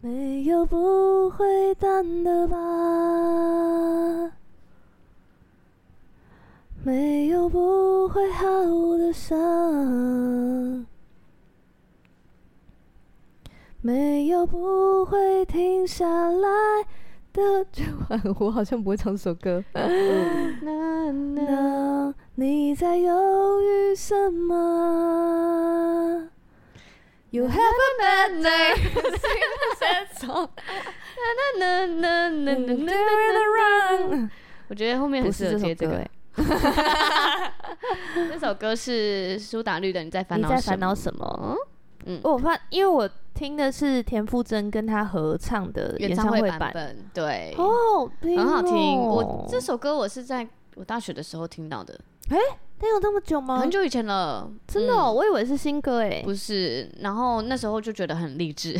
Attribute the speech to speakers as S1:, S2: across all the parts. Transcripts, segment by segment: S1: 没有不会淡的疤，没有不会好的伤，没有不会停下来的转 弯。我好像不会唱这首歌。
S2: 嗯 那那
S1: 那你在犹豫什么？You have a bad day. Sing that song.
S2: 那那那那那
S1: 嗯
S2: 那那，我觉得后面很
S1: 不是
S2: 适合
S1: 这首
S2: 接这
S1: 歌
S2: 个
S1: 哎。
S2: 这首歌是苏打绿的《你在烦
S1: 欸你
S2: 恼
S1: 在
S2: 什
S1: 烦
S2: 么
S1: 恼什么？哦
S2: 嗯
S1: 我发，因为我听的是田馥甄跟他合唱的演
S2: 演
S1: 唱
S2: 唱会
S1: 版，
S2: 版本，对，
S1: 好好听、哦
S2: 很好听。我这首歌我是在我大学的时候听到的，
S1: 那有那么久吗？
S2: 很，久以嗯前了，
S1: 真的、哦我以为是新歌哎、
S2: 不是。然后那时候就觉得很励志，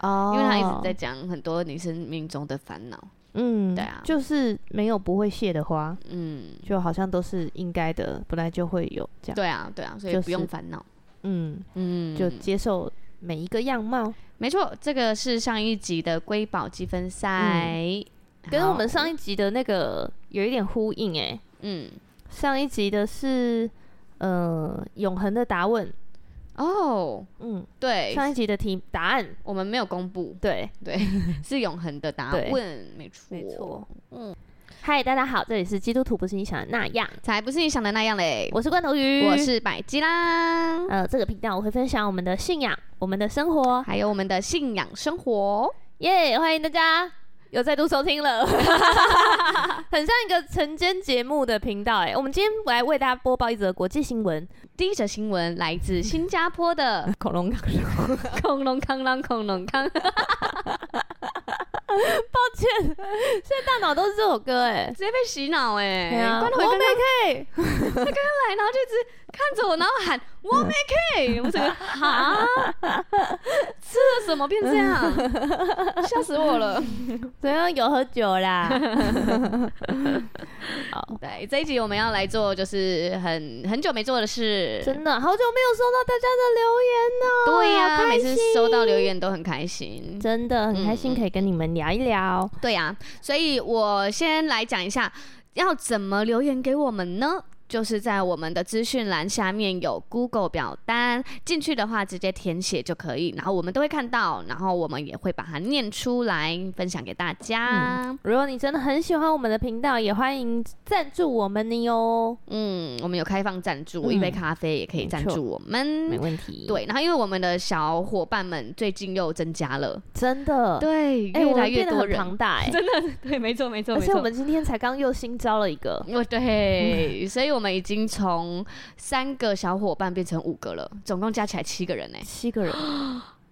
S1: 哦
S2: 因为他一直在，讲很多你生命中的烦恼。
S1: 嗯，
S2: 对啊
S1: 就是没有不会谢的花，
S2: 嗯，
S1: 就好像都是应该的，本来就会有这样，
S2: 对啊，对啊，所以
S1: 就
S2: 不用
S1: 是
S2: 烦恼。
S1: 嗯，
S2: 嗯，
S1: 就接受每一个样貌，
S2: 没错，这个是上一集的瑰宝积分赛，
S1: 跟
S2: 好
S1: 我们上一集的那个有一点呼应哎、
S2: 嗯
S1: 上一集的是呃永恒的答问，
S2: 哦，
S1: 嗯，
S2: 对，
S1: 上一集的题答案
S2: 我们没有公布，
S1: 对。
S2: 是永恒的答
S1: 对
S2: 问，没错，
S1: 没错，嗯，嗨，大家好，这里是基督徒不是你想的那样，
S2: 才不是你想的那样嘞。
S1: 我是罐头鱼，
S2: 我是百吉啦，
S1: 呃，这个频道我会分享我们的信仰、我们的生活，
S2: 还有我们的信仰生活，
S1: 耶、欢迎大家又再度收听 了，很像一个晨间节目的频道哎、我们今天来为大家播报一则国际新闻，
S2: 第一则新闻来自新加坡的
S1: 恐龙康，
S2: 恐龙康啷恐龙康，
S1: 大脑都是这首歌哎、
S2: 直接被洗脑哎、
S1: 对啊
S2: 关头
S1: 我
S2: 刚
S1: 没
S2: 刚来，然后就一直看着我，然后喊我没 K，我整个哈，吃了什么变这 样，吓死我了。
S1: 怎样啊有喝酒啦？
S2: 对，这一集我们要来做就是很很久没做的事，
S1: 真的好久没有收到大家的留言哦，
S2: 对呀、
S1: 好开嗯
S2: 每次
S1: 心
S2: 收到留言都很开心。
S1: 真的很开心可以跟你们聊一聊。
S2: 对呀、所以我先来讲一下要怎么留言给我们呢？就是在我们的资讯栏下面有 Google 表单，进去的话直接填写就可以，然后我们都会看到，然后我们也会把它念出来，分享给大家。
S1: 如果你真的很喜欢我们的频道，也欢迎赞助我们你哦，
S2: 嗯我们有开放赞助，
S1: 嗯
S2: 一杯咖啡也可以赞助我
S1: 没
S2: 们。
S1: 问题。，
S2: 对，然后因为我们的小伙伴们最近又增加了，
S1: 真的，
S2: 对，
S1: 哎、
S2: 越
S1: 我
S2: 来
S1: 们
S2: 越
S1: 变得
S2: 多
S1: 很
S2: 人，
S1: 庞大哎、
S2: 真的 对，没错没错，
S1: 而
S2: 没
S1: 且
S2: 错。
S1: 我们今天才刚又新招了一个，
S2: 哦，对，所以我们已经从三个小伙伴变成五个了，总共加起来七个人呢、
S1: 七 个人，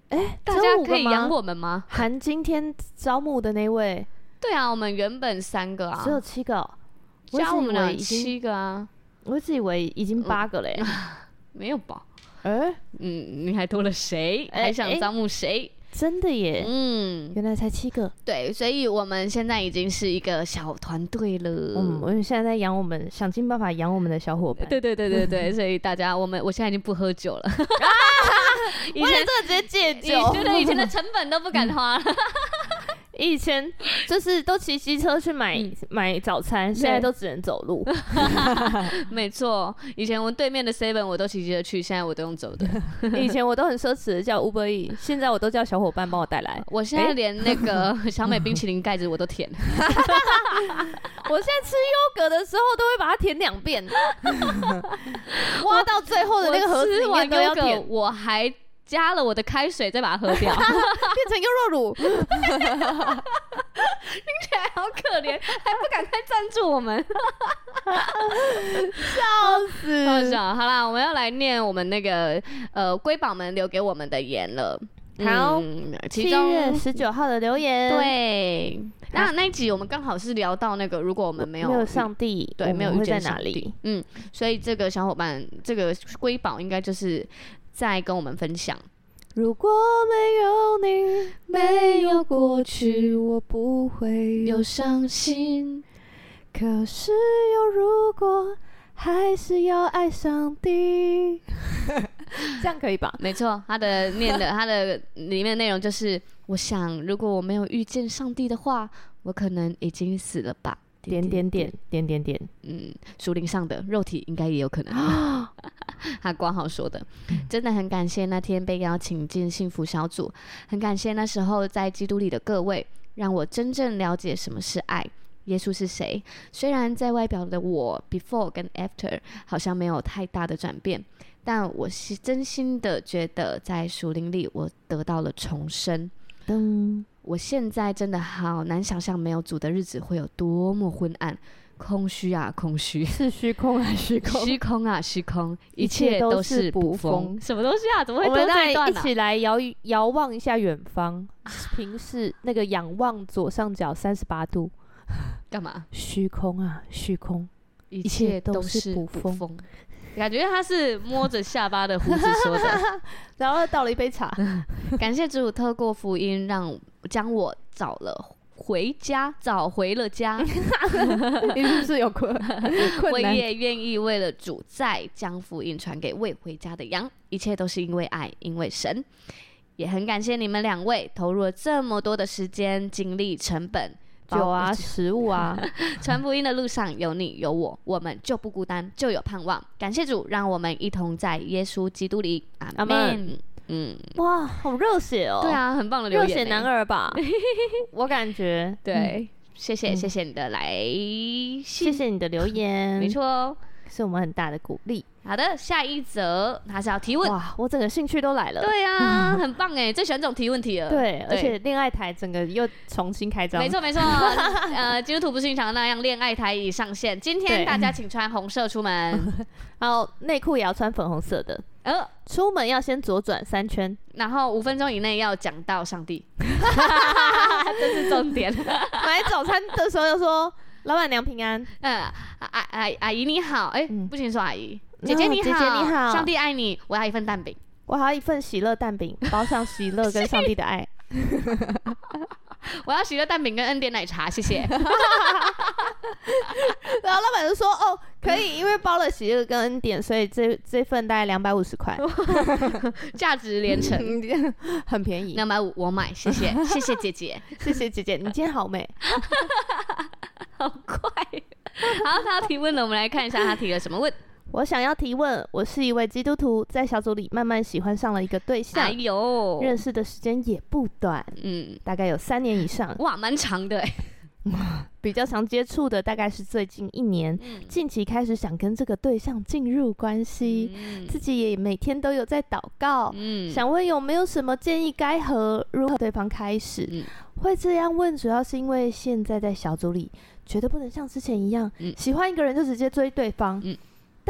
S1: 哎、
S2: 大
S1: 只
S2: 家
S1: 有五个
S2: 可以
S1: 吗
S2: 养我们吗？
S1: 含今天招募的那位，
S2: 对啊，我们原本三个啊
S1: 只，有七个哦、我一
S2: 加
S1: 直
S2: 我
S1: 以
S2: 们俩
S1: 为已经，
S2: 七个啊，
S1: 我一直以为已经八个嘞、
S2: 没有吧？
S1: 哎、
S2: 嗯，你还多了谁？
S1: 哎
S2: 还想招募谁？
S1: 真的耶、
S2: 嗯，
S1: 原来才七个。
S2: 对，所以我们现在已经是一个小团队了。
S1: 嗯，我们现在在养我们，想尽办法养我们的小伙伴。
S2: 对对对对对， 所以大家，我们我现在已经不喝酒 了，以前
S1: 这个直接戒
S2: 你觉得以前的成本都不敢花了，
S1: 以 前就是都骑机车去买、买早餐，现在都只能走 路。
S2: 没错，以前我对面的 Seven 我都骑机车去，现在我都用走的。
S1: 以前我都很奢侈的叫 Uber E，现在我都叫小伙伴帮我带 来。
S2: 我现在连那个小美冰淇淋盖子我都舔，
S1: 我现在吃优格的时候都会把它舔两 遍， 挖到最后的那个盒子
S2: 我吃
S1: 里面
S2: 完
S1: 都要舔，
S2: 优格，
S1: 变
S2: 我还加了我的开水再把它喝 掉，
S1: 成优酪乳。
S2: 好可怜，还不赶快赞助我们， 好
S1: 是，
S2: 笑。好啦，我们要来念我们那个呃瑰宝们留给我们的言了。
S1: 好
S2: 嗯
S1: 七月
S2: 其中
S1: 十九号的留言，，
S2: 对，那那一集我们刚好是聊到那个，如果我们没有
S1: 没有上帝，
S2: 对，
S1: 我们
S2: 没有遇
S1: 会在
S2: 见
S1: 哪
S2: 上
S1: 里
S2: 帝？？嗯，所以这个小伙伴，这个瑰宝应该就是在跟我们分享。
S1: 如果没有你，没有过去，我不会有
S2: 伤心，
S1: 可是 有如果，还是要爱上帝。这样可以吧？
S2: 没错，他的念的他的里面内容就是，我想如果我没有遇见上帝的话，我可能已经死了吧。
S1: 点点点，点点点，
S2: 嗯，属灵上的肉体应该也有可能。他挂号说的，真的很感谢那天被邀请进幸福小组，很感谢那时候在基督里的各位，让我真正了解什么是爱，耶稣是谁。虽然在外表的我 before 跟 after 好像没有太大的转变，但我是真心的觉得在属灵里我得到了重生。
S1: 噔，
S2: 我现在真的好难想象没有主的日子会有多么昏暗、空虚啊，空虚。
S1: 是虚空还是虚空？
S2: 虚空啊，虚空，
S1: 一
S2: 一
S1: 切
S2: 切
S1: 都
S2: 都
S1: 是
S2: 是
S1: 捕
S2: 捕
S1: 风
S2: 风。什么东西啊？怎么会
S1: 我
S2: 多
S1: 们
S2: 这
S1: 来
S2: 一段
S1: 一
S2: 呢、
S1: 起来遥遥望一下远方，平视那个仰望左上角三十八度，
S2: 干嘛？
S1: 虚空啊，虚空，
S2: 一
S1: 切
S2: 切
S1: 都
S2: 都
S1: 是
S2: 是
S1: 捕
S2: 捕
S1: 风
S2: 风。感觉他是摸着下巴的胡子 说的。
S1: 然后倒了一杯 茶，
S2: 感谢主透过福音让将我找了回家，找回了 家。
S1: 你是不是有 困
S2: 我
S1: 困难？
S2: 也愿意为了主再将福音传给未回家的羊，一切都是因为爱，因为神。也很感谢你们两位投入了这么多的时间、精力、成本，
S1: 酒啊，食物啊，
S2: 传福音的路上有你有我，我们就不孤单，就有盼望。感谢主，让我们一同在耶稣基督里，阿
S1: 阿
S2: 门
S1: 们。
S2: 嗯，
S1: 哇，好热血哦！
S2: 对，啊，很棒的留
S1: 热
S2: 言欸、
S1: 血男儿 吧，我感觉。嗯，
S2: 对，谢谢谢谢你的来
S1: 谢
S2: 信，
S1: 谢你的留言，
S2: 没，错哦。
S1: 是我们很大的鼓励。
S2: 好的，下一则他是要提问，
S1: 哇，我整个兴趣都来了。
S2: 对啊，很棒哎，最喜欢这种提问题了。
S1: 对，而且恋爱台整个又重新开张，
S2: 没错 没错，呃，基督徒不是你想的那样，恋爱台已上线。今天
S1: 对
S2: 大家请穿红色 出门，
S1: 然后内裤也要穿粉红色的，
S2: 呃，
S1: 出门要先左转三圈，
S2: 然后五分钟以内要讲到上 帝，这是重点。
S1: 买早餐的时候就说“老板娘平安
S2: 嗯，啊阿阿阿姨你好，哎、
S1: 嗯
S2: 不行说阿姨，
S1: 嗯
S2: 姐姐你
S1: 姐
S2: 好，
S1: 姐你好
S2: 上帝爱你，我要一份蛋饼。”，
S1: 我还要一份喜乐蛋饼，包上喜乐跟上帝的爱。
S2: 我要喜乐蛋饼跟恩典奶茶，谢谢。
S1: 然后老板就说：“哦，可以，因为包了喜乐跟恩典，所以这这份大概两百五十 块，嗯
S2: 价值连城，
S1: 很便宜。
S2: 两百五我买，谢 谢，谢谢姐姐，
S1: 谢谢姐姐，你今天好美。
S2: 好快。好，他提问了，我们来看一下他提了什么问。
S1: 我想要提问，我是一位基督徒，在小组里慢慢喜欢上了一个对
S2: 哎
S1: 象，
S2: 呦，
S1: 啊认识的时间也不短，
S2: 嗯，
S1: 大概有三年以上。
S2: 哇，蛮长的哎，
S1: 比较常接触的大概是最近一年，
S2: 嗯
S1: 近期开始想跟这个对象进入关系，
S2: 嗯
S1: 自己也每天都有在祷告，
S2: 嗯
S1: 想问有没有什么建议该和如何对方开始？
S2: 嗯
S1: 会这样问，主要是因为现在在小组里，觉得不能像之前一样，
S2: 嗯
S1: 喜欢一个人就直接追对方。
S2: 嗯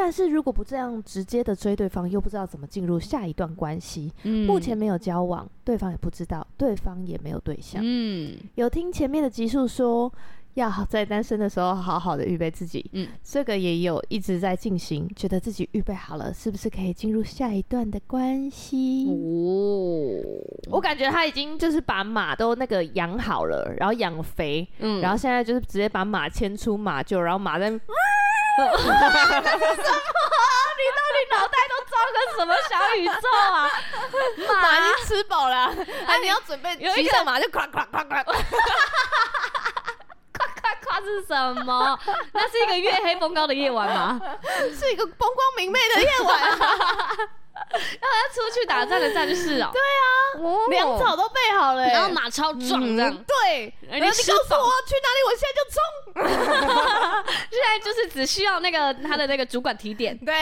S1: 但是如果不这样直接的追对方，又不知道怎么进入下一段关系。
S2: 嗯
S1: 目前没有交往，对方也不知道，对方也没有对象。
S2: 嗯
S1: 有听前面的集数说，要好在单身的时候好好的预备自己，
S2: 嗯，
S1: 这个也有一直在进行，觉得自己预备好了，是不是可以进入下一段的关系？
S2: 哦，
S1: 我感觉他已经就是把马都那个养好了，然后养肥，
S2: 嗯
S1: 然后现在就是直接把马牵出马厩，然后马在那边
S2: 脑袋都装个什么小宇宙啊？
S1: 马已经吃饱了啊， 啊，你要准备
S2: 有一
S1: 骑
S2: 个
S1: 上马就哐哐哐哐，
S2: 夸夸夸是什么？那是一个月黑风高的夜晚吗？
S1: 是一个风光明媚的夜晚 啊，
S2: 他出去打仗的战士哦、对
S1: 粮草啊都备好了欸，
S2: 然后马超壮这样，
S1: 嗯对，
S2: 哎
S1: 然后
S2: 你
S1: 你
S2: 吃
S1: 告诉
S2: 饱
S1: 我要去哪里，我现在就冲。。
S2: 现在就是只需要那个他的那个主管提点
S1: 对，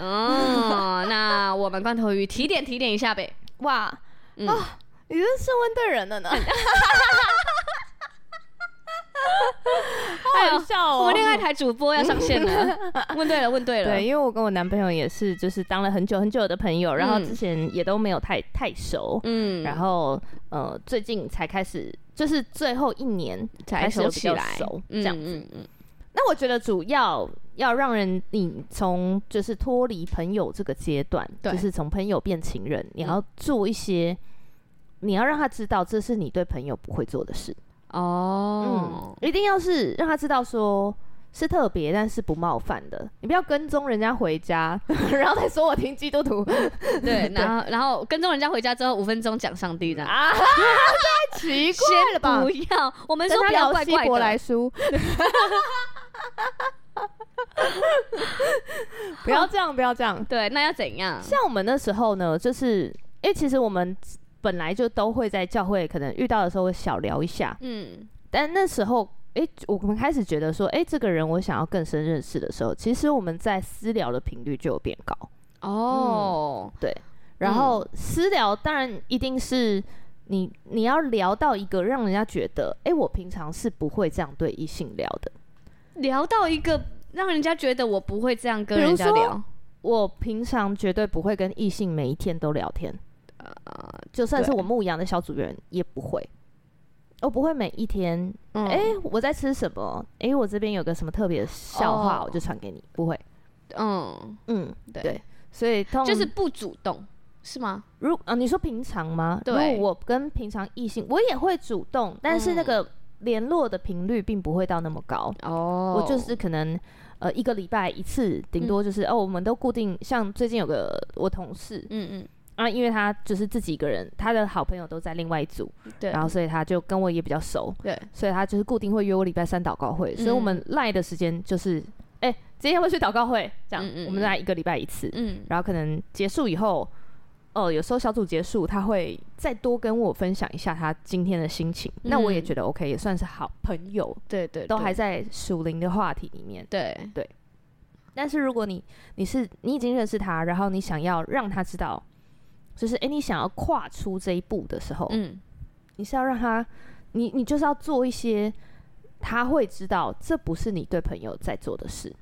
S2: 哦， 那我们罐头鱼提点提点一下呗。
S1: 哇，
S2: 嗯
S1: 啊，你真是问对人了呢， 好好笑
S2: 哎
S1: 哦
S2: 我们恋爱台主播要上线 了，问对了，问对了。啊
S1: 对，因为我跟我男朋友也是，就是当了很久很久的朋友，然后
S2: 嗯
S1: 之前也都没有太太熟，
S2: 嗯，
S1: 然后呃，最近才开始，就是最后一年
S2: 才
S1: 开始
S2: 熟
S1: 有比
S2: 起
S1: 较
S2: 来，
S1: 熟这
S2: 嗯
S1: 样子。
S2: 嗯嗯
S1: 那我觉得主要要让人你从就是脱离朋友这个阶段，
S2: 对嗯
S1: 就是从朋友变情人，你要做一些，你要让他知道这是你对朋友不会做的事。
S2: 哦，
S1: 嗯一定要是让他知道说，是特别，但是不冒犯的。你不要跟踪人家回家， 然后再说我听基督徒
S2: 对，然后然后跟踪人家回家之后五分钟讲上帝的，
S1: 啊，太奇怪了
S2: 先
S1: 吧
S2: 不？要，我们
S1: 跟
S2: 说
S1: 他
S2: 不要
S1: 聊
S2: 怪
S1: 希
S2: 怪
S1: 伯
S2: 的，
S1: 来书， 不要这样，不要这样。
S2: 对，那要怎样？
S1: 像我们那时候呢，就是因为其实我们本来就都会在教会，可能遇到的时候会小聊一下，
S2: 嗯，
S1: 但那时候。诶，我们开始觉得说，诶，这个人我想要更深认识的时候，其实我们在私聊的频率就有变高。
S2: 哦，
S1: 然
S2: 嗯
S1: 后私聊当然一定是你你要聊到一个让人家觉得，诶，我平常是不会这样对异性聊的。
S2: 嗯聊到一个让人家觉得我不会这样跟
S1: 比如
S2: 人家
S1: 说
S2: 聊，
S1: 我平常绝对不会跟异性每一天都聊天，
S2: 呃，
S1: 就算是
S2: 对
S1: 我牧羊的小组员也不会。我不会每一天，
S2: 嗯
S1: 诶，我在吃什么？诶，我这边有个什么特别的笑话，
S2: 哦
S1: 我就传给你。不会，
S2: 嗯，
S1: 嗯，
S2: 对，
S1: 对所以通
S2: 就是不主动，是吗？
S1: 如啊、你说平常吗？
S2: 对嗯
S1: 如果我跟平常异性，我也会主动，但是那个联络的频率并不会到那么高。
S2: 哦嗯
S1: 我就是可能呃一个礼拜一次，顶多就是、哦，我们都固定。像最近有个我同事
S2: 嗯
S1: 啊，因为他就是自己一个人，他的好朋友都在另外一组，
S2: 嗯，对，
S1: 然后所以他就跟我也比较熟，
S2: 对，
S1: 所以他就是固定会约我礼拜三祷告会，所以我
S2: 嗯
S1: 们赖的时间就是哎、今天要不要去祷告会？这样，
S2: 嗯嗯嗯
S1: 我们赖一个礼拜一次。
S2: 嗯，
S1: 然后可能结束以后，呃，有时候小组结束，他会再多跟我分享一下他今天的心情，那我也
S2: 嗯
S1: 觉得 OK，也算是好朋友，
S2: 对对，
S1: 都
S2: 对
S1: 还在属灵的话题里面。
S2: 对，
S1: 但是如果你你是你已经认识他，然后你想要让他知道，就是诶，你想要跨出这一步的时候，
S2: 嗯，
S1: 你是要让他，你你就是要做一些。他会知道这不是你对朋友在做的事，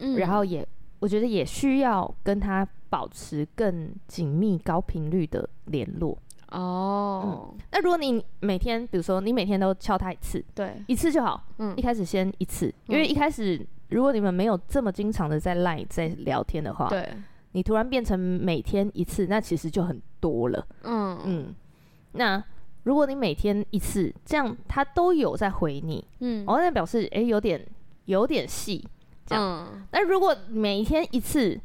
S2: 嗯
S1: 然后也我觉得也需要跟他保持更紧密、高频率的联络。
S2: 哦，
S1: 那如果你每天，比如说你每天都敲他一次，
S2: 对，
S1: 一次就好，
S2: 嗯
S1: 一开始先一次，因为
S2: 嗯
S1: 一开始如果你们没有这么经常的在 line 在聊天的话，
S2: 对，
S1: 你突然变成每天一次，那其实就很多了。
S2: 嗯
S1: 嗯，那如果你每天一次，这样他都有在回你，
S2: 嗯，
S1: 哦，那表示诶、有点有点细，这
S2: 样，
S1: 那如果每天一次，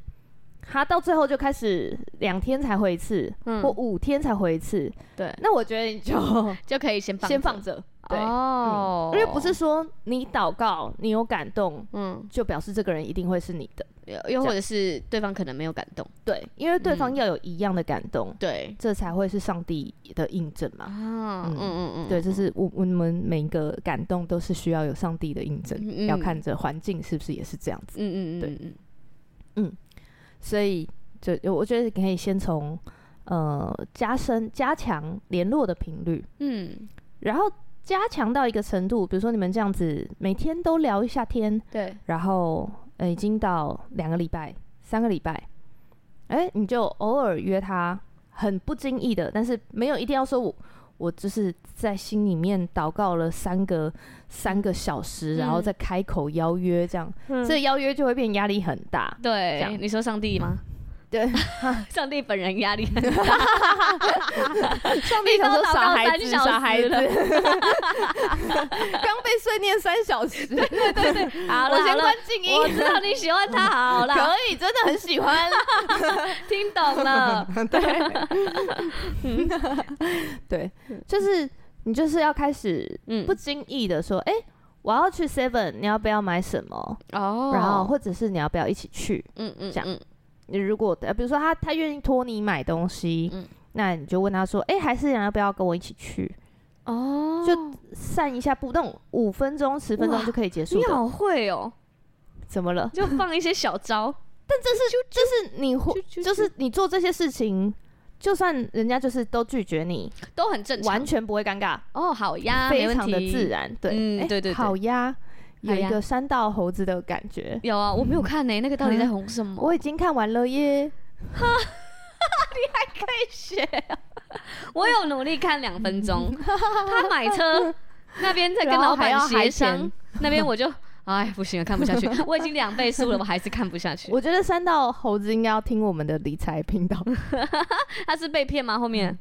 S1: 他到最后就开始两天才回一次，
S2: 嗯
S1: 或五天才回一次，
S2: 对，
S1: 那我觉得你就
S2: 就可以先放
S1: 先
S2: 着
S1: 放着，对，
S2: 哦，
S1: 因为不是说你祷告你有感动，
S2: 嗯，
S1: 就表示这个人一定会是你的，
S2: 又又或者是对方可能没有感动，
S1: 对，因为对方
S2: 嗯
S1: 要有一样的感动，
S2: 对
S1: 这才会是上帝的印证嘛。
S2: 啊，嗯嗯嗯，
S1: 对，就是我我们每一个感动都是需要有上帝的印证，
S2: 嗯嗯
S1: 要看着环境是不是也是这样子。
S2: 嗯嗯嗯，
S1: 对
S2: 嗯
S1: 所以就我觉得可以先从呃加深加强联络的频率，
S2: 嗯，
S1: 然后加强到一个程度，比如说你们这样子每天都聊一下天，
S2: 对，
S1: 然后呃已经到两个礼拜、三个礼拜，哎、你就偶尔约他，很不经意的，但是没有一定要说我。我就是在心里面祷告了三个嗯三个小时，然后
S2: 嗯
S1: 再开口邀约，这样，
S2: 这
S1: 这邀约就会变压力很大。这
S2: 对
S1: 样
S2: 你说上帝吗？
S1: 对，
S2: 上帝本人 压力很大，
S1: 上
S2: 帝想
S1: 想说
S2: 说傻
S1: 傻
S2: 孩
S1: 孩
S2: 子
S1: 子，
S2: 傻
S1: 傻
S2: 孩
S1: 孩
S2: 子
S1: 子， 刚被碎念三小 时，
S2: 好
S1: 我
S2: 了好
S1: 先
S2: 了
S1: 关。静
S2: 我
S1: 音。
S2: 知道你喜欢他，好啦，
S1: 以，真的很喜 欢。
S2: 听懂 了，
S1: 对，就是你就是要开始
S2: 嗯
S1: 不经意的说，哎、我要去 Seven，你要不要买什么？
S2: 哦
S1: 然后或者是你要不要一起去？
S2: 嗯嗯
S1: 这样
S2: 嗯
S1: 你如果呃，比如说他他愿意托你买东西，
S2: 嗯
S1: 那你就问他说，哎、还是你要不要跟我一起去？
S2: 哦，
S1: 就散一下步，那种五分钟、十分钟
S2: 哇
S1: 就可以结束
S2: 你
S1: 的。
S2: 好会哦，
S1: 怎么了？
S2: 就放一些小 招，
S1: 就是你会，
S2: 啾啾
S1: 就是你做这些事情，就算人家就是都拒绝你，
S2: 都很正
S1: 完
S2: 常。
S1: 全不会尴尬，
S2: 哦，好呀，没
S1: 非
S2: 问
S1: 常的
S2: 题
S1: 自。然。对，
S2: 嗯
S1: 诶
S2: 对对对
S1: 好呀，有一
S2: 好呀
S1: 个山道猴子的感觉。
S2: 有啊，我没有看呢，那个到底在红什么？
S1: 我已经看完了耶，
S2: 谢啊，我有努力看两 分钟。他买车那边在跟
S1: 然后
S2: 老
S1: 还
S2: 板
S1: 要
S2: 协
S1: 还
S2: 商
S1: 钱，
S2: 那边我就哎，不行了，看不下去，我已经两倍速了，我还是看不下去。
S1: 我觉得三道猴子应该要听我们的理财频 道
S2: 他是被骗吗？后面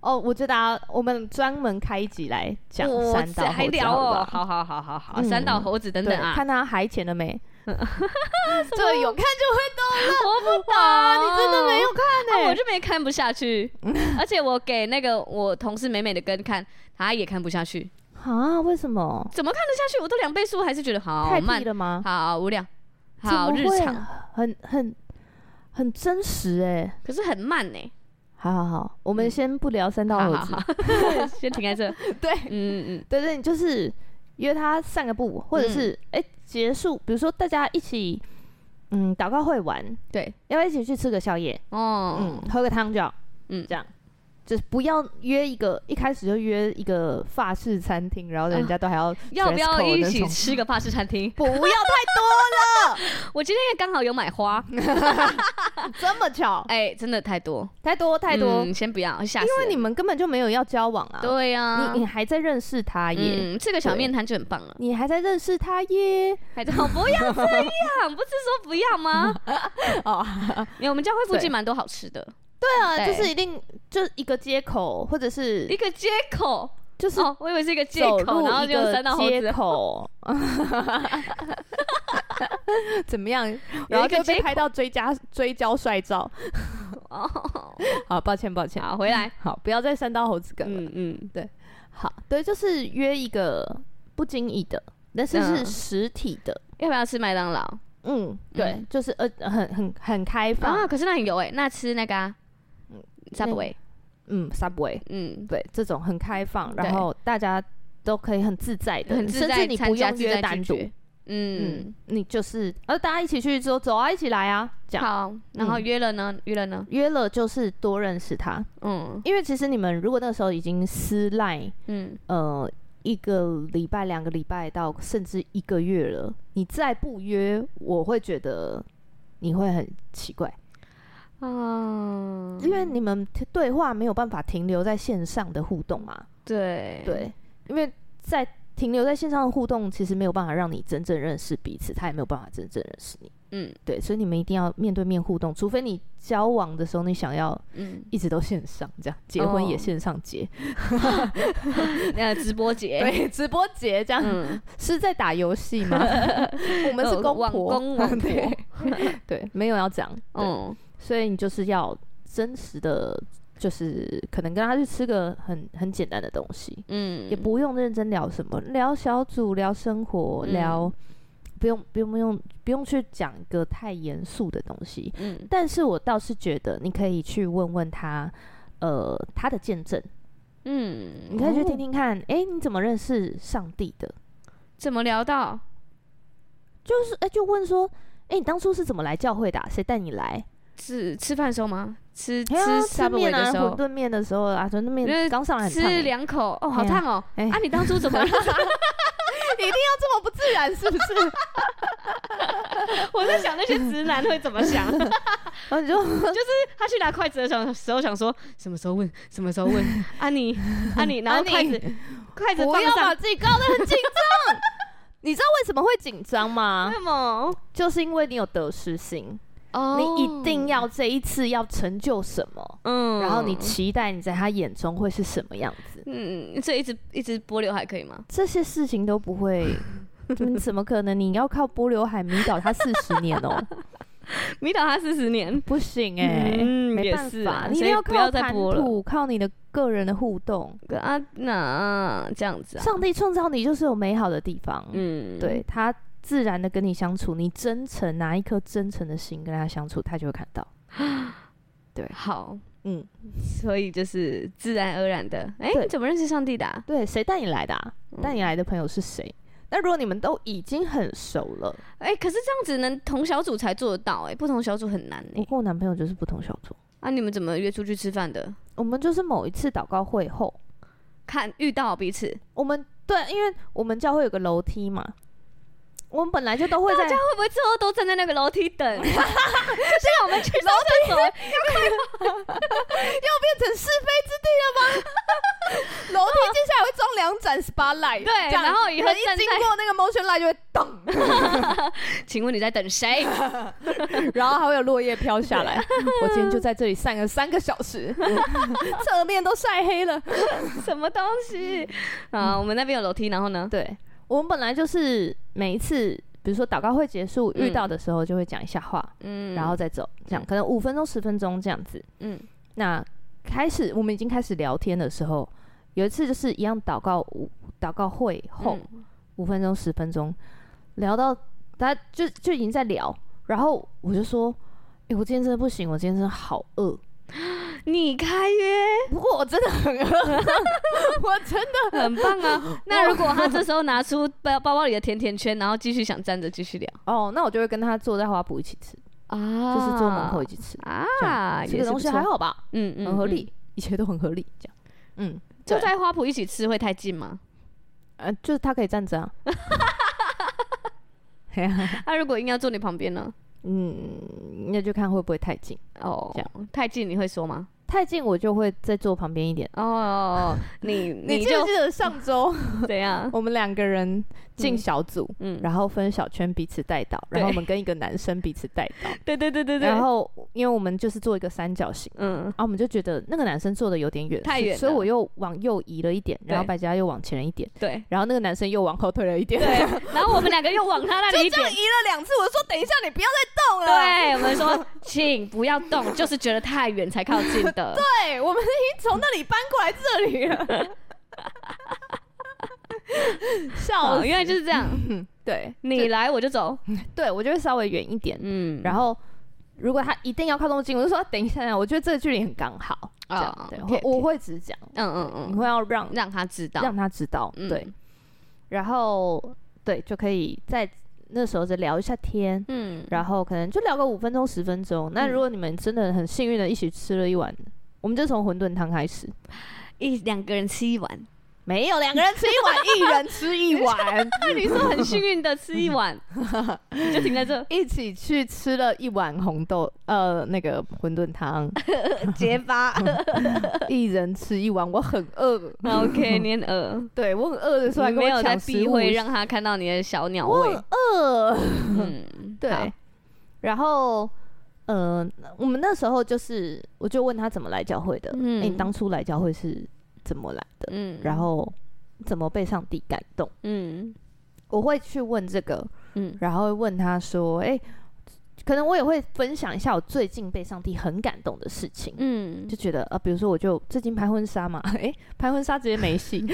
S1: 哦。我觉得、啊、我们专门开一集来讲
S2: 嗯我
S1: 三道
S2: 还
S1: 猴子
S2: 聊
S1: 好了
S2: 哦，
S1: 吧，
S2: 好好好好好，
S1: 嗯
S2: 三道猴子等
S1: 对
S2: 等，啊，
S1: 看他还钱了没。 这有看就
S2: 我不
S1: 会懂啊！
S2: 懂
S1: 你真的没有看
S2: 啊
S1: 呢、
S2: 我这边看不 下去，而且我给那个我同事美美的跟看，她也看不下去，
S1: 啊，为什么？
S2: 怎么看得下去？我都两倍速，还是觉得好
S1: 太
S2: 慢
S1: 低，了吗？
S2: 好无聊，
S1: 怎
S2: 好
S1: 么
S2: 日
S1: 会啊
S2: 常，
S1: 很很很真实哎、
S2: 可是很慢欸呢。
S1: 好好好，我们
S2: 嗯
S1: 先不聊三道猴子，
S2: 好 好好先停在这。
S1: 对
S2: 嗯嗯
S1: 对对，你就是约他散个步，或者是哎、结束，比如说大家一起嗯祷告会玩，
S2: 对，
S1: 要不要一起去吃个宵夜？
S2: 嗯，哦，
S1: 嗯，喝个汤就好，
S2: 嗯
S1: 嗯，这样。就是不要约一个，一开始就约一个法式餐厅，然后人家都还啊要 dress
S2: 要不要
S1: code
S2: 一
S1: 那
S2: 起
S1: 种
S2: 吃个法式 餐厅？
S1: 不要 太
S2: 我今天也刚好有买花，
S1: 嗯多了，这么巧，
S2: 哎，真的太多
S1: 太多太多，
S2: 嗯
S1: 因
S2: 先不要，吓死
S1: 为你
S2: 人。
S1: 们根本就没有要交往啊，
S2: 对呀
S1: 你，你还在认识他耶，
S2: 嗯，这个小
S1: 对
S2: 面摊就很棒了。
S1: 你还在认识他耶，
S2: 还在，我哦不要这样，不是说不要吗？
S1: 哦，
S2: 因为我们家会附
S1: 对
S2: 近蛮多好吃的，
S1: 对啊，
S2: 对
S1: 就是一定就一个街口，或者是
S2: 一个街口
S1: 就是
S2: 哦，我以为是一个街
S1: 走
S2: 口，
S1: 入
S2: 然后
S1: 一
S2: 就
S1: 个
S2: 三到猴
S1: 街
S2: 子，
S1: 口， 怎么样？然后
S2: 一个
S1: 就
S2: 街
S1: 被
S2: 口
S1: 拍到追加追焦帅照。
S2: 哦，
S1: 好，抱歉抱歉，
S2: 好回来，
S1: 好，不要再三刀猴子梗了。
S2: 嗯嗯，
S1: 好，对，就是约一个不经意的，但是
S2: 嗯
S1: 是实体的。
S2: 要不要吃麦当劳
S1: 嗯，对，
S2: 嗯
S1: 就是呃，很很很开放。
S2: 啊？可是那很油哎，那吃那个啊，Subway，
S1: 嗯，Subway，
S2: 嗯，
S1: 对，这种很开放，
S2: 对
S1: 然后大家都可以很自在的，
S2: 很自在，
S1: 甚至你
S2: 参
S1: 不
S2: 加
S1: 用
S2: 自
S1: 约
S2: 在
S1: 单
S2: 拒
S1: 独
S2: 绝。嗯
S1: 嗯，，你就是呃，大家一起去之后走啊，一起来啊，这样。
S2: 好，然后
S1: 嗯
S2: 约了呢，约了呢，
S1: 约了就是多认识他，
S2: 嗯
S1: 因为其实你们如果那时候已经私赖，
S2: 嗯，
S1: 呃，一个礼拜、两个礼拜到甚至一个月了，你再不约，我会觉得你会很奇怪，啊
S2: 哦，
S1: 因为你们对话没有办法停留在线上的互动嘛，
S2: 对，
S1: 对，因为在停留在线上的互动，其实没有办法让你真正认识彼此，他也没有办法真正认识你，
S2: 嗯
S1: 对，所以你们一定要面对面互动，除非你交往的时候你想要
S2: 嗯，
S1: 一直都线上这样，结婚
S2: 哦
S1: 也线上结，
S2: 那直播节，
S1: 对，直播节这样、
S2: 哎嗯， 哦
S1: 是在打游戏吗？ 我们是公
S2: 网
S1: 婆，
S2: 公网 婆
S1: 对，对，没有要讲，嗯，
S2: 嗯
S1: 所以你就是要真实的，就是可能跟他去吃个很很简单的东西，
S2: 嗯，
S1: 也不用认真聊什么，聊小组，聊生活，
S2: 嗯
S1: 聊。不用，不用，不用，不用去讲一个太严肃的东西。
S2: 嗯
S1: 但是我倒是觉得，你可以去问问他，呃，他的见证，
S2: 嗯，
S1: 你可以去听
S2: 哦
S1: 听看，哎、你怎么认识上帝的？
S2: 怎么聊到？
S1: 就是，哎、就问说，哎、你当初是怎么来教会的啊、谁带你来？
S2: 是吃饭的时候吗？吃吃
S1: 哎呀
S2: Subway
S1: 面啊，
S2: 的时
S1: 馄
S2: 候，
S1: 饨面的时候啊，馄饨
S2: 因为
S1: 面刚上来很烫、
S2: 吃
S1: 哎
S2: 两口，哦，好
S1: 哎呀
S2: 烫哦！
S1: 哎
S2: 啊，你当初 怎么？
S1: 要这么不自然是不是？
S2: 我在想那些直男会怎么 想？
S1: 然后 你就
S2: 他去拿筷子的时候，时候想说什么时候问，什么时候问？啊你啊你，然后
S1: 啊你
S2: 筷子筷子
S1: 不
S2: 放
S1: 要把
S2: 上，
S1: 自己搞得很紧张。 你知道为什么会紧张吗
S2: 为？什么？
S1: 就是因为你有得失心，
S2: 哦
S1: 你一定要这一次要成就什么，
S2: 嗯
S1: 然后你期待你在他眼中会是什么样子，
S2: 嗯，所以一直一直拨刘海可以吗？
S1: 这些事情都不 会。嗯怎么可能？你要靠波刘海迷倒他四十年哦、
S2: 迷倒他四十 年，
S1: 不行 哎、
S2: 嗯
S1: 没
S2: 也
S1: 办
S2: 是
S1: 法，
S2: 啊
S1: 你一
S2: 所
S1: 定
S2: 以不要
S1: 靠
S2: 再
S1: 谈
S2: 播了
S1: 吐，靠你的个人的互动。
S2: 啊那这样子啊，
S1: 上帝创造你就是有美好的地方，
S2: 嗯，
S1: 对他自然的跟你相处，你真诚拿一颗真诚的心跟他相处，他就会看到。
S2: 好，
S1: 嗯，
S2: 所以就是自然而然的。哎、
S1: 对
S2: 你怎么认识上帝的、啊？
S1: 对，谁带你来的、啊？带你来的朋友是谁？那如果你们都已经很熟了，
S2: 哎、可是这样子能同小组才做得到、哎，不同小组很难哎、
S1: 我跟我男朋友就是不同小组，
S2: 啊，你们怎么约出去吃饭的？
S1: 我们就是某一次祷告会后，
S2: 看遇到彼此，
S1: 我们对，因为我们教会有个楼梯嘛，我们本来就都会在
S2: 会不会之后都站在那个楼梯等？ 就像我们去上厕所，
S1: 变成是非 之地了吗？楼梯接下来会装两盏 SPA light，
S2: 对然后以后
S1: 人一
S2: 站在
S1: 经过那个 motion light 就会咚，咚，
S2: 请问你在等谁？
S1: 然后还会有落叶飘下来。嗯我今天就在这里散了三个小 时，侧面都晒黑了。
S2: 什么东西？啊，我们那边有楼梯，然后呢？
S1: 嗯对我们本来就是每一次，比如说祷告会结束遇到的时候，就会讲一下话，
S2: 嗯
S1: 然后再走，这样可能五分钟十分钟这样子。
S2: 嗯
S1: 那开始我们已经开始聊天的时候，有一次就是一样祷告五祷告会后
S2: 嗯
S1: 五、分钟十分钟，聊到大家就就已经在聊，然后我就说。诶我今天真的不行，我今天真的好饿。
S2: 你开约
S1: 不过我真的很饿， 我真的
S2: 很棒啊！ 那如果他这时候拿出包包包里的甜甜圈，然后继续想站着继续聊
S1: 哦，那我就会跟他坐在花圃一起吃，
S2: 啊
S1: 就是坐门口一起吃。这
S2: 啊，
S1: 样
S2: 也
S1: 这个
S2: 是
S1: 东
S2: 不
S1: 西
S2: 错
S1: 还，好吧，
S2: 嗯嗯，
S1: 很合
S2: 嗯
S1: 理。，一切都很合理，这样。嗯，
S2: 就
S1: 对
S2: 在花圃一起吃会太近吗？
S1: 呃，就是他可以站着 啊。 嘿啊
S2: 他如果硬要坐你旁边呢？
S1: 嗯，那就看会不会太近，
S2: 哦
S1: 这，
S2: 太近你会说吗？
S1: 太近我就会再坐旁边一点。
S2: 哦哦，哦 你你
S1: 记不
S2: 就
S1: 记得上周
S2: 怎样？
S1: 我们两个人进
S2: 嗯
S1: 小组，
S2: 嗯，
S1: 哦然后分小圈彼此带导，然后我们跟一个男生彼此带导，
S2: 对对对对对，
S1: 然后因为我们就是做一个三角形。
S2: 嗯，
S1: 啊，我们就觉得那个男生坐的有点远，
S2: 太
S1: 是
S2: 远
S1: 所以
S2: 了
S1: 我又往右移了一点，然后
S2: 对
S1: 百家又往前了一点，
S2: 对
S1: 然后那个男生又往后退了一点，
S2: 对，然后我们两个又往他那里一点。
S1: 了两次。我说等一下，你不要再动
S2: 对我们说，请不要动，就是觉得太远才靠近 的。
S1: 对，哎我们已经从那里搬过来这里了。 笑
S2: 哦，
S1: 死，
S2: 原来就是这样，
S1: 对
S2: 你来我就走。
S1: 对，我就会稍微远一点，
S2: 嗯，
S1: 然
S2: 后
S1: 后。如果他一定要靠那么近，我就说等一下，我觉得这个距离很刚好。这样
S2: 啊，
S1: 对，
S2: OK，OK
S1: 我我会只讲，
S2: 嗯嗯
S1: 你
S2: 嗯，
S1: 会要让
S2: 让他知道，
S1: 让他知道，
S2: 嗯
S1: 对，，然后对就可以在那时候再聊一下天，
S2: 嗯，
S1: 然后可能就聊个五分钟十分钟。那如果你们真的很幸运的一起吃了一碗，我们就从馄饨汤开始，
S2: 一两个人吃一碗，
S1: 没有两个人吃一碗，一人吃一 碗，
S2: 那你说很幸运的吃 一碗，你就停在这
S1: 一起去吃了一碗红豆呃那个馄饨 汤，
S2: 结 巴。
S1: 一人吃一碗，我很饿，
S2: OK，你很饿，
S1: 对我很饿的时候还
S2: 你
S1: 嗯跟
S2: 没有
S1: 我
S2: 在
S1: 抢食
S2: 避
S1: 物，
S2: 讳让他看到你的小鸟
S1: 我
S2: 胃
S1: 很。饿。
S2: 嗯，好
S1: 对，，然后呃，我们那时候就是，我就问他怎么来教会的，
S2: 嗯
S1: 嗯，你当初来教会是怎么来的？
S2: 嗯，
S1: 然后怎么被上帝感动？
S2: 嗯
S1: 我会去问这个，
S2: 嗯
S1: 然后会问他说，哎、可能我也会分享一下我最近被上帝很感动的事情。
S2: 嗯
S1: 就，觉得啊，比如说我就最近拍婚纱嘛，哎、拍婚纱直接没戏，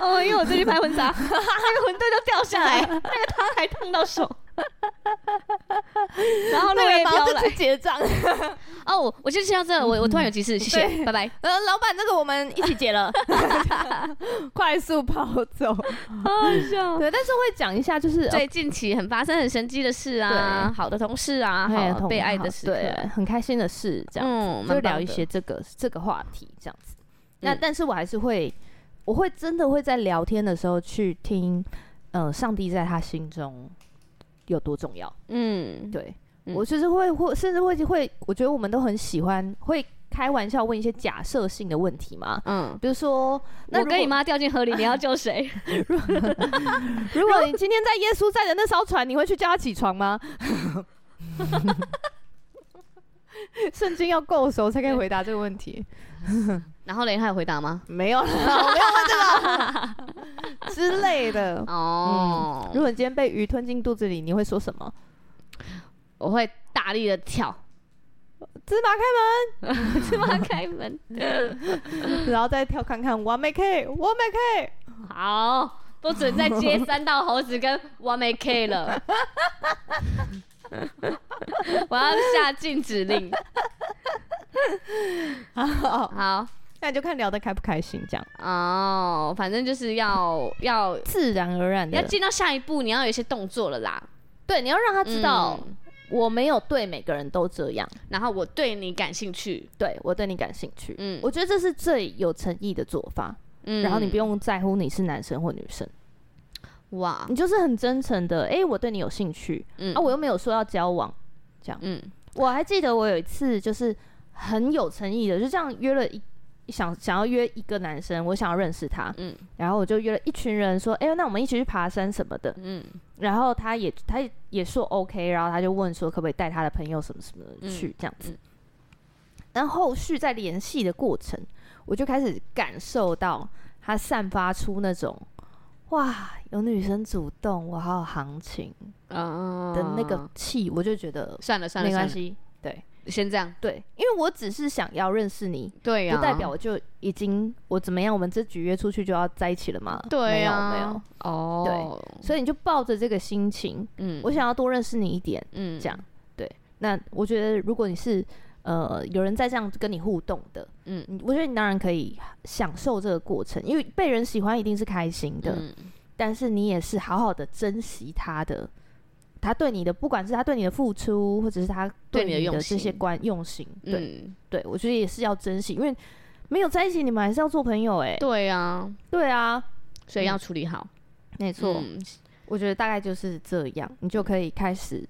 S2: 哦，因为我最近拍婚纱，那 个馄饨都掉下来，那个汤还烫到手，然后落
S1: 对，
S2: 叶
S1: 然后
S2: 飘
S1: 就
S2: 来。
S1: 去结 账，
S2: 哦，我就听到这，我我突然有急事，谢谢，
S1: 对
S2: 拜拜。
S1: 呃，老板，这个我们一起结了， 哦快速跑走。
S2: 好笑。
S1: 对，但是会讲一下，就是
S2: 最近期很发生很神奇的事啊，
S1: 对
S2: 好的同事啊，
S1: 哎
S2: 好
S1: 同
S2: 被爱
S1: 好
S2: 的时刻，
S1: 对，很开心的事，这样、就
S2: 嗯，蛮棒
S1: 聊一
S2: 的
S1: 些，这个这个话题这样子。那、
S2: 嗯
S1: 但是我还是会，我会真的会在聊天的时候去听，呃，上帝在他心中有多重要。
S2: 嗯，
S1: 对、
S2: 嗯
S1: 我就是会会，甚至会会，我觉得我们都很喜欢会开玩笑问一些假设性的问题嘛。
S2: 嗯，
S1: 比如说，那
S2: 我
S1: 如
S2: 跟你
S1: 果
S2: 妈掉进河里，你要救谁？
S1: 如果你今天在耶稣在的那艘船，你会去叫他起床吗？ 圣经要够熟才可以回答这个问题。
S2: 然后嘞，他有回答吗？
S1: 没有啦，我没有问这个之类 的。
S2: 哦，
S1: 如果你今天被鱼吞进肚子里，你会说什么？
S2: 我会大力 的跳，
S1: 芝麻开
S2: 芝麻开 门，
S1: 门，然后再跳看看，完美 K，完美 K。
S2: 好，不准再接三道猴子跟完美 K 了，我要下禁止令。
S1: 好，
S2: 好，
S1: 那你就看聊得开不开心，这样
S2: 哦，反正就是要要
S1: 自然而然
S2: 要
S1: 的。
S2: 进到下一步，你要有一些动作了啦。
S1: 对，你要让他知道、
S2: 嗯
S1: 我没有对每个人都这样，
S2: 然后我对你感兴趣，
S1: 对我对你感兴趣。
S2: 嗯，
S1: 我觉得这是最有诚意的做法。
S2: 嗯
S1: 然后你不用在乎你是男生或女生，
S2: 哇，
S1: 你就是很真诚的，诶，我对你有兴趣，
S2: 嗯
S1: 啊，我又没有说要交往，这样。
S2: 嗯
S1: 我还记得我有一次就是很有诚意的，就这样约了一想想要约一个男生，我想要认识他，
S2: 嗯
S1: 然后我就约了一群人说，哎、那我们一起去爬山什么的。
S2: 嗯
S1: 然后他也他也说 OK，然后他就问说可不可以带他的朋友什么什么的
S2: 嗯
S1: 去、这样子。但后续在联系的过程，我就开始感受到他散发出那种哇，有女生主动，我好有行情
S2: 啊
S1: 的那个气，我就觉得
S2: 算了算了，
S1: 没
S2: 算
S1: 关
S2: 了，
S1: 系。
S2: 先这样。
S1: 对，因为我只是想要认识你，
S2: 对啊呀、
S1: 不代表我就已经我怎么样，我们这局约出去就要在一起了嘛？
S2: 对啊呀、
S1: 没有没有，
S2: 哦，
S1: 所以你就抱着这个心情，
S2: 嗯，
S1: 我想要多认识你一点。
S2: 嗯
S1: 这样。对，那我觉得如果你是呃有人在这样跟你互动的，
S2: 嗯
S1: 嗯，我觉得你当然可以享受这个过程，因为被人喜欢一定是开心的，
S2: 嗯
S1: 但是你也是好好的珍惜他的。他对你的，不管是他对你的付出，或者是他
S2: 对你的
S1: 你
S2: 用
S1: 的
S2: 心
S1: 这些关用心，对、
S2: 嗯，
S1: 对，我觉得也是要珍惜，因为没有在一起，你们还是要做朋友、欸，哎，
S2: 对呀、
S1: 对啊，
S2: 所以要处理好。
S1: 没错，
S2: 嗯
S1: 我觉得大概就是这样，你就可以开始。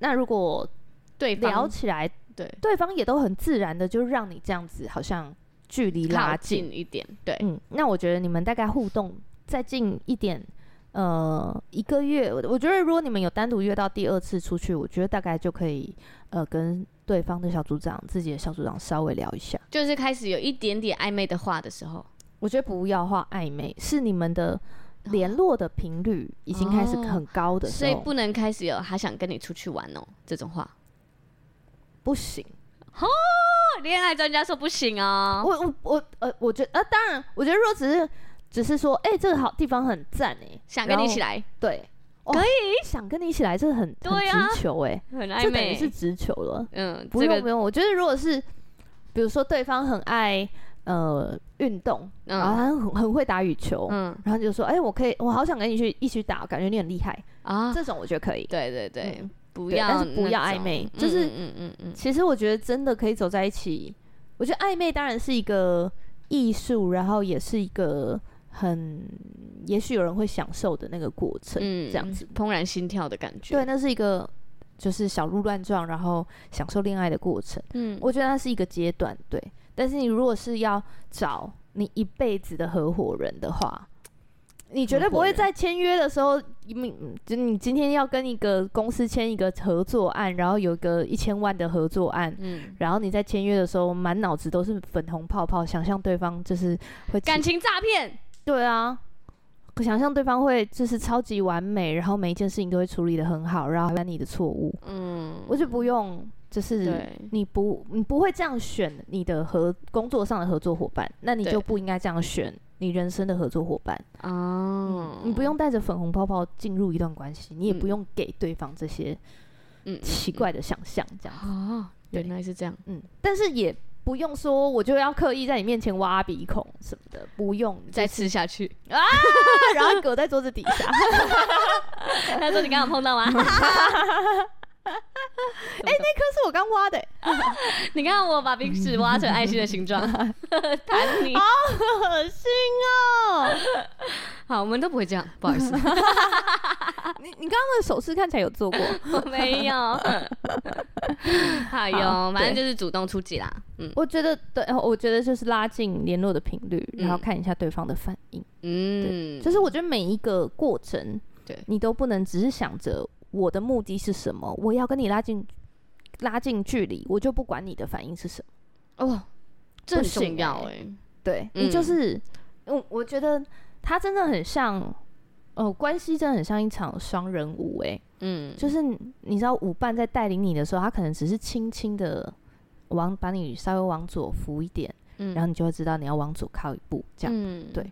S1: 那如果
S2: 对方
S1: 聊起来
S2: 对
S1: 对方也都很自然的就让你这样子，好像距离
S2: 靠
S1: 拉近。
S2: 近一点，对，
S1: 嗯，那我觉得你们大概互动再近一点，呃，一个月，我我觉得如果你们有单独约到第二次出去，我觉得大概就可以，呃，跟对方的小组长、自己的小组长稍微聊一下。
S2: 就是开始有一点点暧昧的话的时候，
S1: 我觉得不要画暧昧，是你们的联络的频率已经开始
S2: 哦
S1: 很高的时
S2: 所
S1: 候，
S2: 以不能开始有他想跟你出去玩哦这种话。
S1: 不行。
S2: 哦恋爱专家说不行哦，
S1: 我我我呃，我觉得呃，当然，我觉得如果只是只是说，哎、这个好地方很赞哎、
S2: 想跟你一起
S1: 来。
S2: 来，
S1: 对，可以想跟你一起来，这个很很
S2: 对啊
S1: 直球哎、
S2: 很
S1: 这
S2: 暧
S1: 等于
S2: 昧
S1: 是。直球了。
S2: 嗯，
S1: 不
S2: 这
S1: 用
S2: 个
S1: 不用，我觉得如果是比如说对方很爱呃运动，然后
S2: 嗯
S1: 他很很会打羽球，
S2: 嗯
S1: 然后就说哎、我可以，我好想跟你去一起打，感觉你很厉害，
S2: 啊，
S1: 这种我觉得可以。
S2: 对对对
S1: 嗯，
S2: 不
S1: 对
S2: 要
S1: 但是不
S2: 那
S1: 要暧
S2: 种
S1: 昧
S2: 嗯
S1: 就是
S2: 嗯嗯嗯
S1: 其实我觉得真的可以走在一起，我觉得暧昧当然是一个艺术，然后也是一个很也许有人会享受的那个过程，
S2: 嗯，
S1: 这样子。
S2: 怦然心跳的感觉。
S1: 对，，那是一个就是小鹿乱撞，然后享受恋爱的过程。
S2: 嗯，
S1: 我觉得那是一个阶段，对。但是你如果是要找你一辈子的合伙人的话，你绝对不
S2: 合伙
S1: 会
S2: 人
S1: 在签约的时候，你就你今天要跟一个公司签一个合作案，然后有一个一千万的合作案。
S2: 嗯，
S1: 然后你在签约的时候，满脑子都是粉红泡泡，想象对方就是会
S2: 感情诈骗，
S1: 对啊，我想象对方会就是超级完美，然后每一件事情都会处理的很好，然后还有你的错误，
S2: 嗯，
S1: 我就不用，就是
S2: 对，
S1: 你不你不会这样选你的合工作上的合作伙伴，那你
S2: 对
S1: 就不应该这样选你人生的合作伙伴。
S2: 哦，
S1: 你不用带着粉红泡泡进入一段关系，你也不
S2: 嗯
S1: 用给对方这些
S2: 嗯嗯
S1: 奇怪的想象，这样。
S2: 哦，原来是这样，
S1: 嗯，但是也不用说我就要刻意在你面前挖鼻孔什么的，不用，
S2: 再吃下去。
S1: 然后狗在桌子 底下。
S2: 他说你刚刚有碰到吗？
S1: 这是我刚挖的、欸
S2: 你看我把鼻屎挖成爱心的形 状，弹你。
S1: 恶心哦！
S2: 好，我们都不会这样，不好意 思，
S1: 你你刚刚的手势看起来有做过，
S2: 我没 有。好哟，
S1: 好
S2: 哎反
S1: 对
S2: 正就是主动出击啦。嗯
S1: 我觉得对，呃我觉得就是拉近联络的频率，
S2: 嗯
S1: 然后看一下对方的反应。
S2: 嗯，
S1: 就是我觉得每一个过程，
S2: 对
S1: 你都不能只是想着我的目的是什么，我要跟你拉近拉近距离，我就不管你的反应是什么。
S2: 哦，这很
S1: 不行
S2: 重要
S1: 欸
S2: 哎。
S1: 对、
S2: 嗯
S1: 你就是，我我觉得他真的很像，呃，关系真的很像一场双人舞、欸，
S2: 嗯，
S1: 就是你你知道舞伴在带领你的时候，他可能只是轻轻的往把你稍微往左扶一点，
S2: 嗯
S1: 然后你就会知道你要往左靠一步这样。
S2: 嗯
S1: 对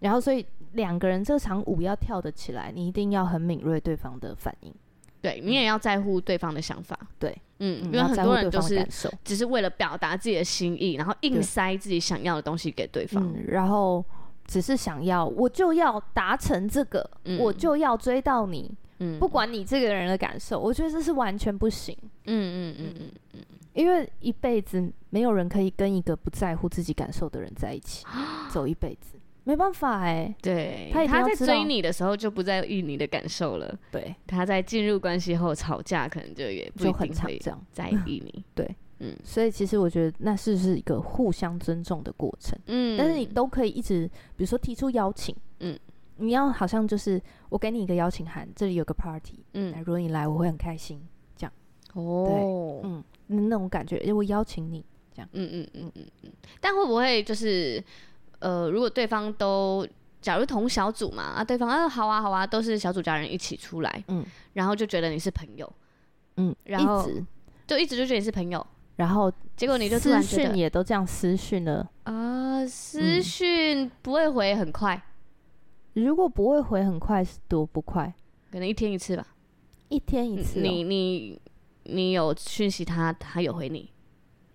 S1: 然后所以两个人这场舞要跳得起来，你一定要很敏锐对方的反应，
S2: 对你也要在乎对方的想法。
S1: 对，
S2: 嗯，因
S1: 嗯
S2: 为
S1: 然后
S2: 很
S1: 在乎
S2: 多
S1: 对
S2: 人就
S1: 方的
S2: 是
S1: 感受。
S2: 只是为了表达自己的心意，然后硬
S1: 对
S2: 塞自己想要的东西给对方。
S1: 嗯，然后只是想要，我就要达成这个，
S2: 嗯
S1: 我就要追到你，
S2: 嗯，
S1: 不，管你这个人的感受，我觉得这是完全不行。
S2: 嗯嗯嗯嗯，
S1: 因为一辈子没有人可以跟一个不在乎自己感受的人在一 起走一辈子，没办法哎、
S2: 对，
S1: 他一定要
S2: 在
S1: 知道
S2: 追你的时候就不在意你的感受了，
S1: 对，
S2: 他在进入关系后吵架，可能就也不一
S1: 就很
S2: 定
S1: 常
S2: 会
S1: 这样。
S2: 在意你。
S1: 对，
S2: 嗯
S1: 所以其实我觉得那是是一个互相尊重的过程。
S2: 嗯，
S1: 但是你都可以一直，比如说提出邀请，
S2: 嗯，
S1: 你要好像就是我给你一个邀请函，这里有个 party，
S2: 嗯
S1: 那如果你来，我会很开心，
S2: 哦，
S1: 嗯，那种感觉，诶我邀请你，
S2: 嗯嗯嗯嗯嗯，但会不会就是呃，如果对方都假如同小组嘛，啊，对方啊好啊好啊，都是小组家人一起出来，
S1: 嗯
S2: 然后就觉得你是朋友，
S1: 嗯，
S2: 然后
S1: 一直，
S2: 就一直就觉得你是朋友，
S1: 然后
S2: 结果你就突
S1: 私
S2: 然觉
S1: 讯
S2: 得
S1: 也都这样私讯了，
S2: 啊，私
S1: 嗯
S2: 讯不会回很快，
S1: 如果不会回很快是多不快，
S2: 可能一天一次吧。
S1: 一天一次、哦
S2: 嗯你你你有讯息他，他有回你，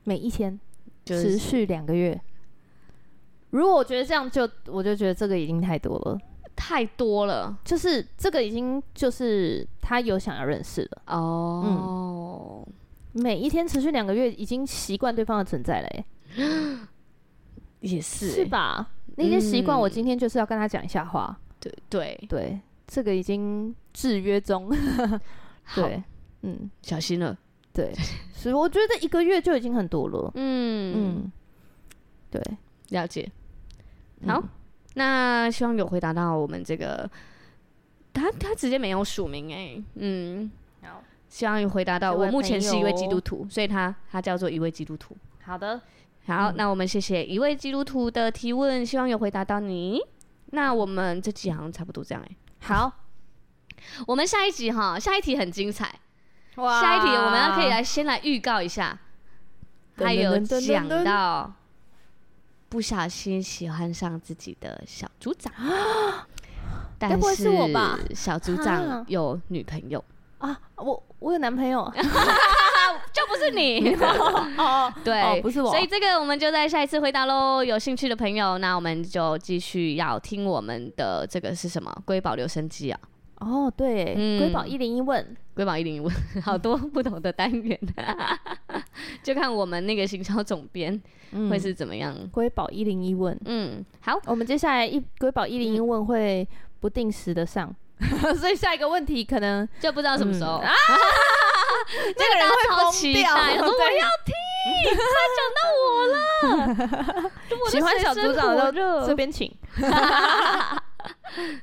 S1: 每一天
S2: 就
S1: 持
S2: 是
S1: 续两个月。如果我觉得这样就，我就觉得这个已经太多了，
S2: 太多了
S1: 就是这个已经就是他有想要认识了。
S2: 哦。
S1: 每一天持续两个月，已经习惯对方的存在了、欸，
S2: 也是欸
S1: 是吧？你已经习惯
S2: 嗯
S1: 我今天就是要跟他讲一下话，
S2: 对对，
S1: 对，这个已经制约中，
S2: 好，
S1: 对，嗯，
S2: 小心了。
S1: 对， 所以我觉得一个月就已经很多了，
S2: 嗯嗯，
S1: 嗯，对，
S2: 了解。
S1: 嗯
S2: 好，那希望有回答到我们这个，他他直接没有署名哎、嗯，
S1: 好
S2: 希望有回答到。
S1: 这位
S2: 我目前是一
S1: 朋
S2: 位
S1: 友
S2: 基督徒，所以他他叫做一位基督徒。
S1: 好的，
S2: 好，
S1: 嗯
S2: 那我们谢谢一位基督徒的提问，希望有回答到你。那我们这集好像差不多这样哎、
S1: 好，
S2: 我们下一集哈，下一题很精彩。下一题我们要可以来先来预告一下，
S1: 噔
S2: 还有
S1: 噔噔噔
S2: 讲
S1: 噔
S2: 到不小心喜欢上自己的小 组长，
S1: 该
S2: 但
S1: 不会是我吧
S2: 小组
S1: 啊
S2: 长有女朋 友，
S1: 啊，我我有男朋友，
S2: 就不是你。
S1: 哦，
S2: 对、
S1: 哦不是我
S2: 所以这个我们就在下一次回答喽。有兴趣的朋友，那我们就继续要听我们的这个是什么？瑰宝留声机啊，
S1: 哦，对欸，
S2: 嗯
S1: 瑰宝一零一问，
S2: 瑰宝一零五， 好多不同的单元， 就看我们那个行销总编
S1: 嗯
S2: 会是怎么样。
S1: 瑰宝一零一问，
S2: 嗯，好，
S1: 我们接下来一瑰宝一零一问会不定时的上， 所以下一个问题可 能
S2: 就不知道什么时候。
S1: 嗯
S2: 啊， 这个大家超期待，我说我要听，快讲到我了。
S1: 喜欢小组长
S2: 热
S1: 就这边请。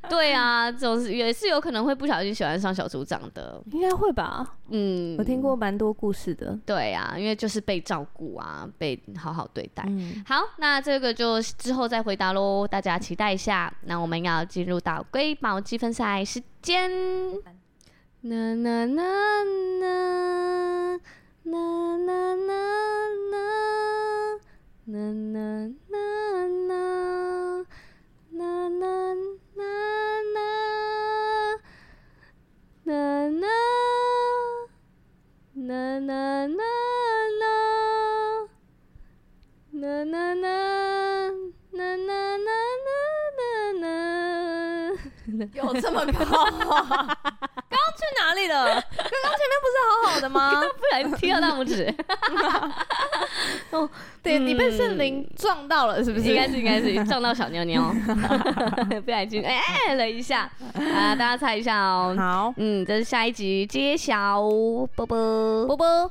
S2: 对啊，总是也是有可能会不小心喜欢上小组长的。
S1: 应该会吧，
S2: 嗯，
S1: 我听。过蛮多故事的。
S2: 对啊，因为就是被照顾啊，被好好对待。
S1: 嗯，
S2: 好，那这个就之后再回答喽，大家期待一下。那我们要进入到瑰宝积分赛时间。啦啦啦啦啦啦啦啦啦啦啦啦啦啦啦啦啦啦啦啦啦。啦啦啦啦啦啦啦 啦啦，
S1: 有这么高啊？ 刚刚去哪里了？刚刚前面不是好好的吗？
S2: 不然踢到大拇指，
S1: 对你被圣灵撞到了， 是不
S2: 应
S1: 是？
S2: 该是应该 是撞到小妞妞，不小心哎了一下啊，大家猜一下哦。
S1: 好，
S2: 嗯，这是下一集揭晓，啵啵
S1: 波波。